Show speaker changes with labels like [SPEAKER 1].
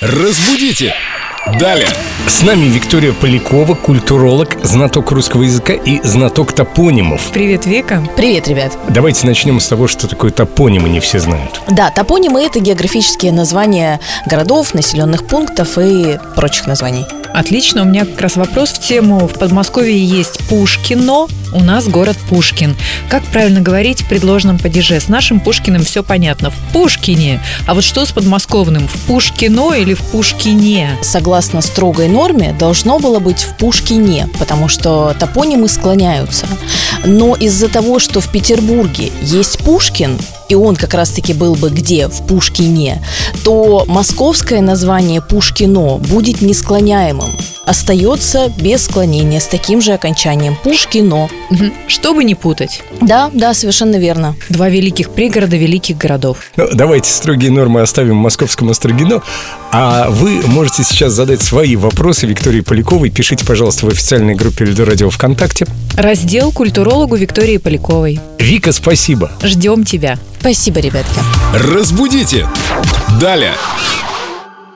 [SPEAKER 1] Разбудите! Далее!
[SPEAKER 2] С нами Виктория Полякова, культуролог, знаток русского языка и знаток топонимов.
[SPEAKER 3] Привет, Века.
[SPEAKER 4] Привет, ребят.
[SPEAKER 2] Давайте начнем с того, что такое топонимы не все знают.
[SPEAKER 4] Да, топонимы — это географические названия городов, населенных пунктов и прочих названий.
[SPEAKER 3] Отлично, у меня как раз вопрос в тему. В Подмосковье есть Пушкино, у нас город Пушкин. Как правильно говорить в предложенном падеже? С нашим Пушкиным все понятно. В Пушкине. А вот что с подмосковным? В Пушкино или в Пушкине?
[SPEAKER 4] Согласно строгой норме, должно было быть в Пушкине, потому что топонимы склоняются. Но из-за того, что в Петербурге есть Пушкин, и он как раз-таки был бы где? В Пушкине, то московское название Пушкино будет несклоняемым. Остается без склонения с таким же окончанием Пушкино.
[SPEAKER 3] Мгм. Чтобы не путать.
[SPEAKER 4] Да, да, совершенно верно.
[SPEAKER 3] Два великих пригорода великих городов.
[SPEAKER 2] Ну, давайте строгие нормы оставим московскому Острогино. А вы можете сейчас задать свои вопросы Виктории Поляковой. Пишите, пожалуйста, в официальной группе Льдо Радио ВКонтакте.
[SPEAKER 3] Раздел культурологу Виктории Поляковой.
[SPEAKER 2] Вика, спасибо.
[SPEAKER 3] Ждем тебя.
[SPEAKER 4] Спасибо, ребятки.
[SPEAKER 1] Разбудите! Далее!